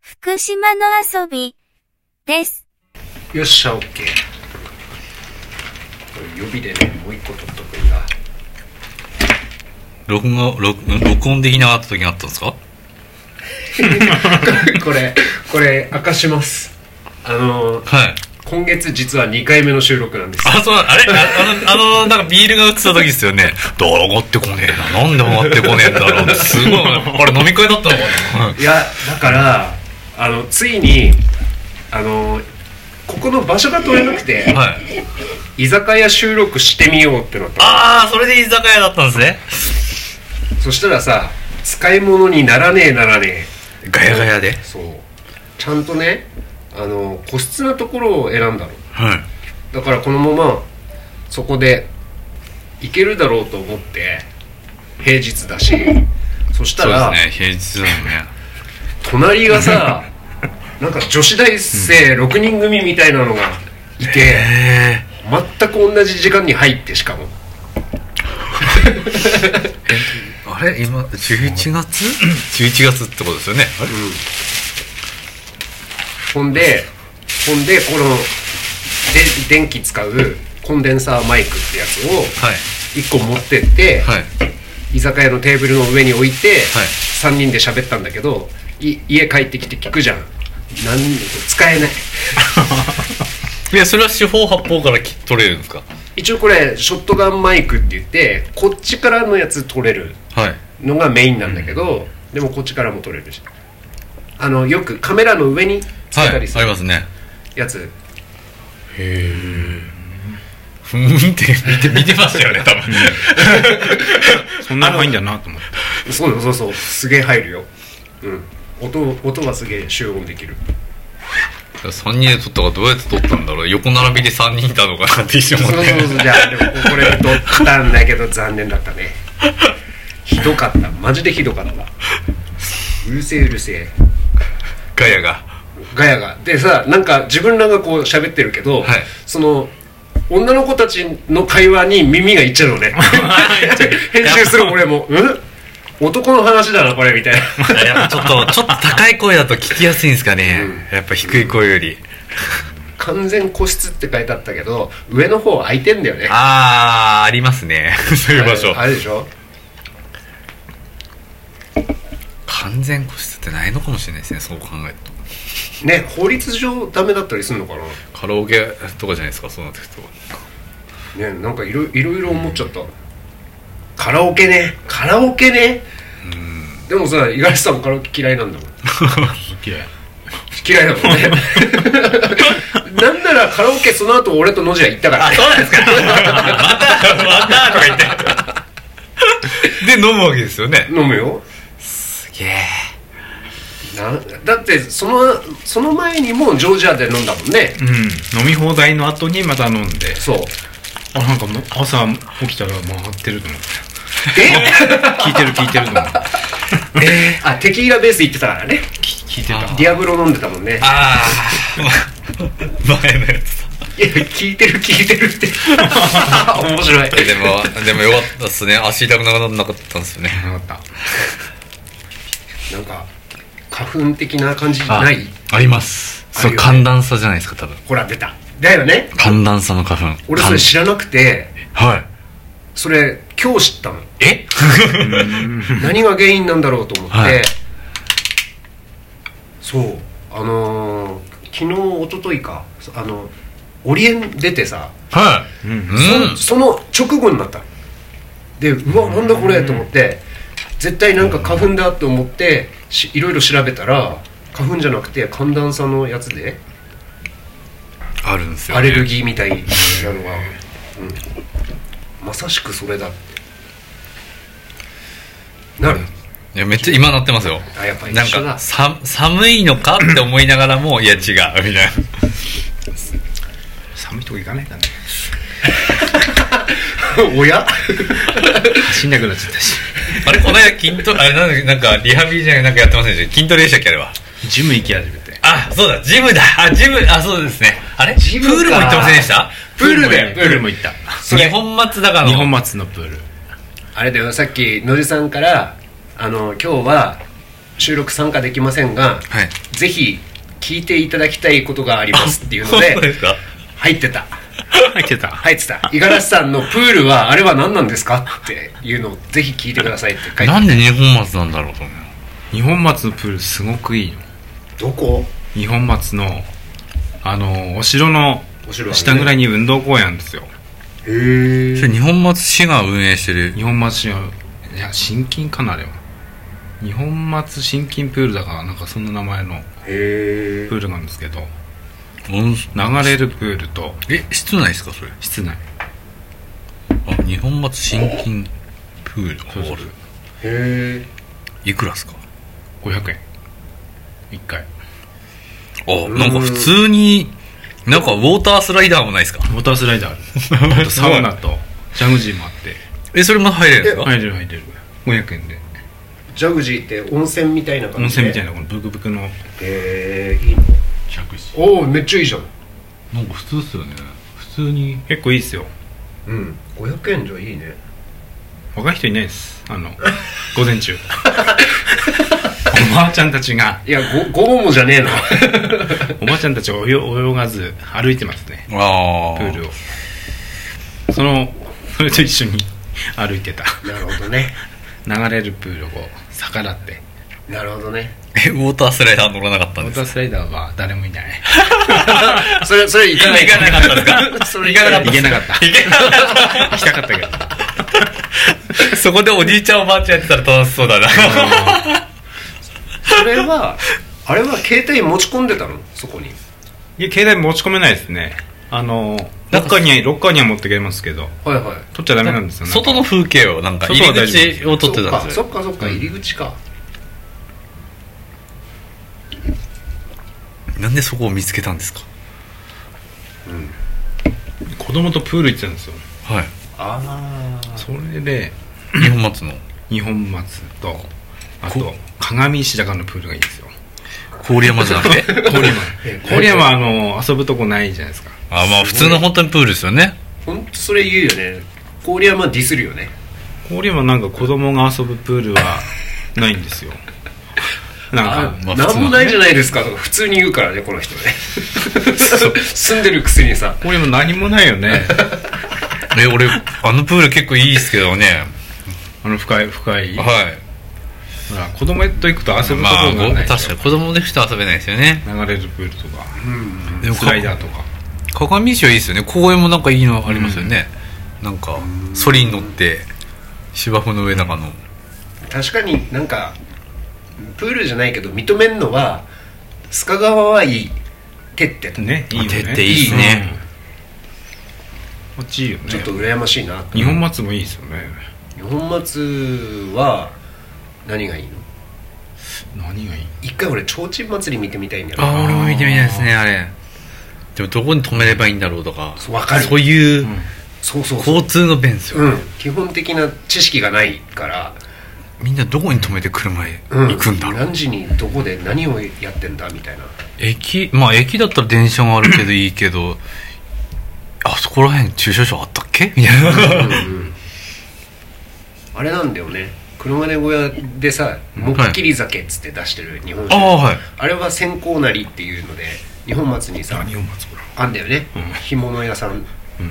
福島の遊びです。よっしゃ、オッケー。これ予備でね、もう一個取っとくんだ。録音が、録録音できなかった時があったんですか これ、これ、明かします。あのー、はい。今月実は2回目の収録なんです。あ、そう、あれ ああの、あの、なんかビールが映ってた時ですよね。だから上がってこねえな。なんで上がってこねえんだろうって。すごい、あれ飲み会だったのかないや、だから、あの、ついに、あのー、ここの場所が取れなくて、はい。居酒屋収録してみようってなった。ああ、それで居酒屋だったんですね。そしたらさ、使い物にならねえならねガヤガヤでえ。。そう。ちゃんとね、あのー、個室なところを選んだの。はい。だからこのままそこで行けるだろうと思って平日だ しそしたそうら、ですね、平日だもんね。隣が さなんか女子大生6人組みたいなのがいて、全く同じ時間に入ってしかもあれ今、11月 ?11 月ってことですよね。あれほんでほんでこので電気使うコンデンサーマイクってやつをはい。 1個持ってって、はい。居酒屋のテーブルの上に置いて、はい3人で喋ったんだけどい家帰ってきて聞くじゃんなん使えないいや、それは四方八方からき取れるんですか一応これショットガンマイクって言ってこっちからのやつ取れるはい。のがメインなんだけど、でもこっちからも取れるしあのよくカメラの上につけはたい。ありりするますね。やつ、ふーんって見て、見てました よね、多分。そんなに入んだなと思ってそうそうそうすげえ入るよ、うん、音音はすげえ集音できる3人で撮ったからどうやって撮ったんだろう横並びで3人いたのかなって一瞬そう思そうってそうじゃあでもこれ取ったんだけど残念だったねひどかったマジでひどかったうるせえうるせえガヤがガヤがでさなんか自分らがこう喋ってるけど、はいその女の子たちの会話に耳がいっちゃうのね編集する俺 も「うん男の話だなこれ」みたいなやっぱちょっとちょっと高い声だと聞きやすいんですかね、やっぱ低い声より、完全個室って書いてあったけど上の方空いてんだよねああありますねそういう場所あれでしょ完全個室ってないのかもしれないですねそう考えるとね法律上ダメだったりするのかなカラオケとかじゃないですかそうなってくるとねなんかいろいろいろ思っちゃった、カラオケねカラオケね、でもさ五十嵐さんもカラオケ嫌いなんだ もん嫌いだもん ねなんならカラオケその後俺と野次は行ったからねそうなんですか またまたとか言ってで飲むわけですよね飲むよすげえなだってそのその前にもジョージアで飲んだもんね、うん飲み放題の後にまた飲んでそうあなんかもう朝起きたら回ってると思って え聞いてる聞いてると 思ってあテキーラベース行ってたからね聞いてたディアブロ飲んでたもんねああ 前のやつだいや聞いてる聞いてる って面白いでも、でもよかったっすね。足痛くなくなかったんですよね。なかったなんか花粉的な感じないあります。あるよねそう、寒暖差じゃないですか、多分。ほら出ただよね寒暖差の花粉。俺それ知らなくて寒はい。それ今日知ったのえ 何が原因なんだろうと思って、はいそうあのー昨日一昨日かあのオリエン出てさ、はい。うん。その直後になったのでうわなんだこれと思って絶対なんか花粉だと思ってしいろいろ調べたら花粉じゃなくて寒暖差のやつであるんですよ、アね。レルギーみたいなのが、うん、まさしくそれだって なるいや、めっちゃ今なってますよ。あやっぱ一なん緒だか、さ、寒いのかって思いながらも、いや、違う、みたいな。寒いとこ行かないかねおや走んなくなっちゃったしあれ、この間筋トレ、あれ、なんだっけなんか、リハビリじゃなくなんかやってませんでした筋トレでしたっけ、あれは。ジム行き始めてあ、そうだ、ジムだ。あ、ジム、あ、そうですね。あれジムかプールも行ってませんでしたプールでプールも行ったそれ日本松だからの。日本松のプールあれだよさっき野地さんからあの今日は収録参加できませんが、はいぜひ聞いていただきたいことがありますっていうの でそうですか入ってた入ってた。入ってた五十嵐さんのプールはあれは何なんですかっていうのをぜひ聞いてくださいって書いてなんで日本松なんだろうと思う日本松のプールすごくいいよ。どこ日本松の、あの、お城のお城あるね下ぐらいに運動公園あるんですよ。へえそれ日本松市が運営してる日本松市の、いや、新金かな、あれは。日本松新金プールだから、なんかそんな名前のへえプールなんですけど、温泉流れるプールとえ室内ですかそれ室内。あ日本松新金プールホールへいくらですか500円。一回。あなんか普通になんかウォータースライダーもないですかウォータースライダー ある。あとサウナと、ジャグジーもあって。えそれも入れるんですか入れる入れる。500円で。ジャグジーって温泉みたいな感じ温泉みたいなな、このブクブクの。へえいいの着地おおめっちゃいいじゃんなんか普通っすよね普通に結構いいですよ。うん500円じゃいいね若い人いないですあの 午前中おばあちゃんたちがいやご午後もじゃねえなおばあちゃんたちは泳泳がず歩いてますねああプールをそのそれと一緒に歩いてたなるほどね流れるプールをこう逆らってなるほどねえウォータースライダー乗らなかっウたんですォーターかスライダーは誰もいないそれそれ行かない行かなかったです かそれ行かなかった行けなかった行きた かったけどそこでおじいちゃんおばあちゃんやってたら楽しそうだなそれはあれは携帯持ち込んでたのそこにいや携帯持ち込めないですねあのロッカーにはロッカーには持ってきますけどはいはい取っちゃダメなんですよね外の風景をなんか入り口を撮ってたんですそよっかそっかそっか入り口か、なんでそこを見つけたんですか子供とプール行ってたんですよはいあそれで日本松の二本松とあと鏡石高のプールがいいですよ郡山じゃなくて郡え山郡山はあの遊ぶとこないじゃないですか あまあ普通の本当にプールですよねあほんとそれ言うよね郡山ディスるよね郡山なんか子供が遊ぶプールはないんですよなんかまあな普通んもないじゃないですかとか普通に言うからねこの人ね 住んでるくせにさ郡山何もないよねえ俺あのプール結構いいですけどねあの深い深いほはいら子供と行くと遊ぶとこまあろがごない確かに子供で人は遊べないですよね流れるプールとかでもスライダーとか鏡石はいいですよね公園もなんかいいのありますよね、なんかソリに乗って芝生の上なんかの確かになんかプールじゃないけど認めんのは須賀川はいいてってた、ねいいよ出ねていいですね、うんこっちいいよちょねっと羨ましいなって二本松もいいですよね日本松は何がいいの何がいい一回俺提灯祭り見てみたいんだよねああ俺も見てみたいですねあれでもどこに止めればいいんだろうとかそうわかるそういううんそうそうそう交通の便ですよ、うん、基本的な知識がないから、みんなどこに止めて車へうん、行くんだろう、何時にどこで何をやってんだみたいな駅まあ駅だったら電車があるけどいいけど あそこら辺駐車場あったっけ みたいなあれなんだよね車で小屋でさ「もっきり酒」っつって出してる日本酒、ああはいあれは線香なりっていうので日本松にさ二本松ほらあんだよね、うん干物屋さん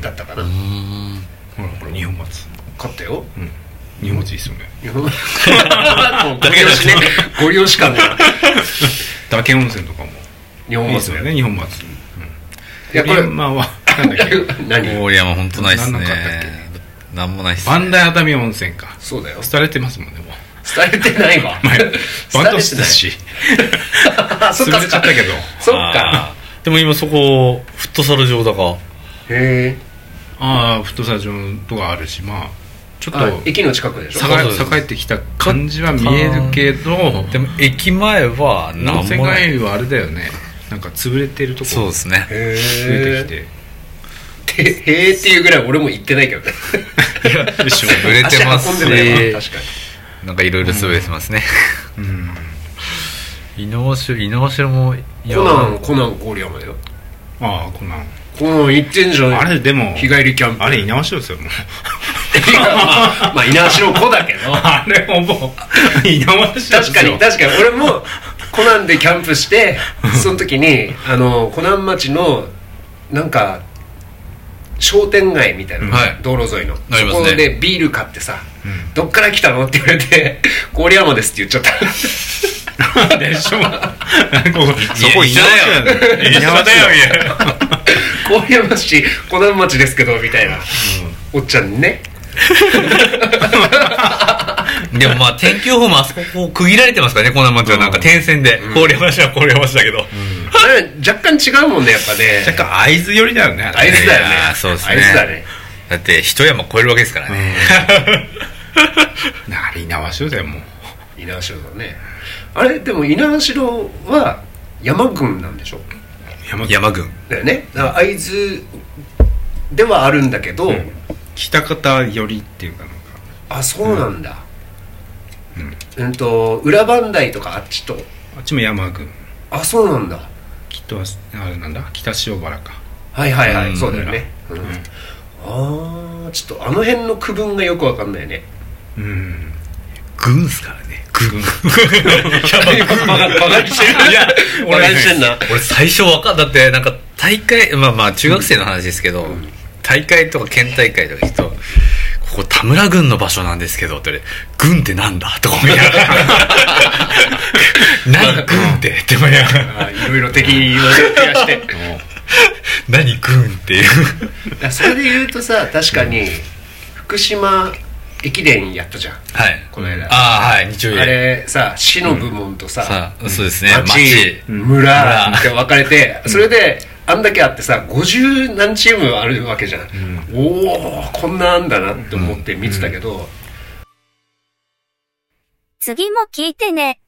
だったかな、うーんほらほら二本松買ったようん二本松いいっすよね日 本もうご利用しね ご利用しかね嶽温泉とかも日本いいで松すだよよねね日本松いやこれまあはなんだっけ 何郡山本当ないっすなんねなかったっなんもないっすねバンダイ熱海温泉かそうだよ廃れてますもんねもう伝 えてないわ前バンドして 伝えたてしないあそっか潰それっちゃかったけどそっかあーでも今そこフットサル場だかへえああフットサル場とかあるしまあちょっとあ駅の近くでしょさ栄え栄えてきた感じは見えるけどでも駅前は温何泉もな街いはあれだよねなんか潰れてるとこそう増ですねへええててへえっていうぐらい俺も行ってないけどねきていやでしょ潰れてます足し運んでないわ確かになんかいろいろ潰れてますねうん井の頭井の頭もいやコナンコナン郡山だよ ああこんなんコナン行ってんじゃんあれでも日帰りキャンプ あれ稲わしですよもう っていうか まあ、まあ、稲城子だけどあれももう稲葉市確かに確かに俺もコナンでキャンプしてその時にあのコナン町のなんか商店街みたいな、はい道路沿いの、ありますねそこでビール買ってさ、どっから来たの?」って言われて 「郡山です」って言っちゃったにでしょここそこ一緒だよ。一緒だよ、いや。 「郡山市コナン町ですけど」みたいな、おっちゃんねでもまあ天気予報もあそここう区切られてますからね、こんなもんじゃなんか点線で。郡山市は郡山市だけど。あれ若干違うもんねやっぱね若干会津寄りだよねああれいつだよねいやーそうっすねあいつだねだって一山超えるわけですからね。あれ稲葉市だよもう稲城だねあれでも稲城は山群なんでしょ山山軍。だよねだから会津ではあるんだけど、北方寄りっていうかなんかあそうなんだうん、と裏磐梯とかあっちとあっちも山群あそうなんだきっとはあれなんだ北塩原かはいはいはい、うんそうだよね、うんああちょっとあの辺の区分がよくわかんないねうん軍っすからね。軍。バカバカにして るいや、バカ俺にねしてんな俺最初わかんだってなんか大会まあまあ中学生の話ですけど、大会とか県大会とか行くとここ田村軍の場所なんですけどって俺軍ってなんだとか思いなが ら何軍ってって思いながらあいろいろ敵を増や して何軍っ ていうあそれで言うとさ確かに福島駅伝やったじゃんはいこの間ああはい日曜日あれさ市の部門とさ、さあそうですね町町村って分かれてそれであんだけあってさ50何チームあるわけじゃん、おおこんなあんだなって思って見てたけど、次も聞いてね。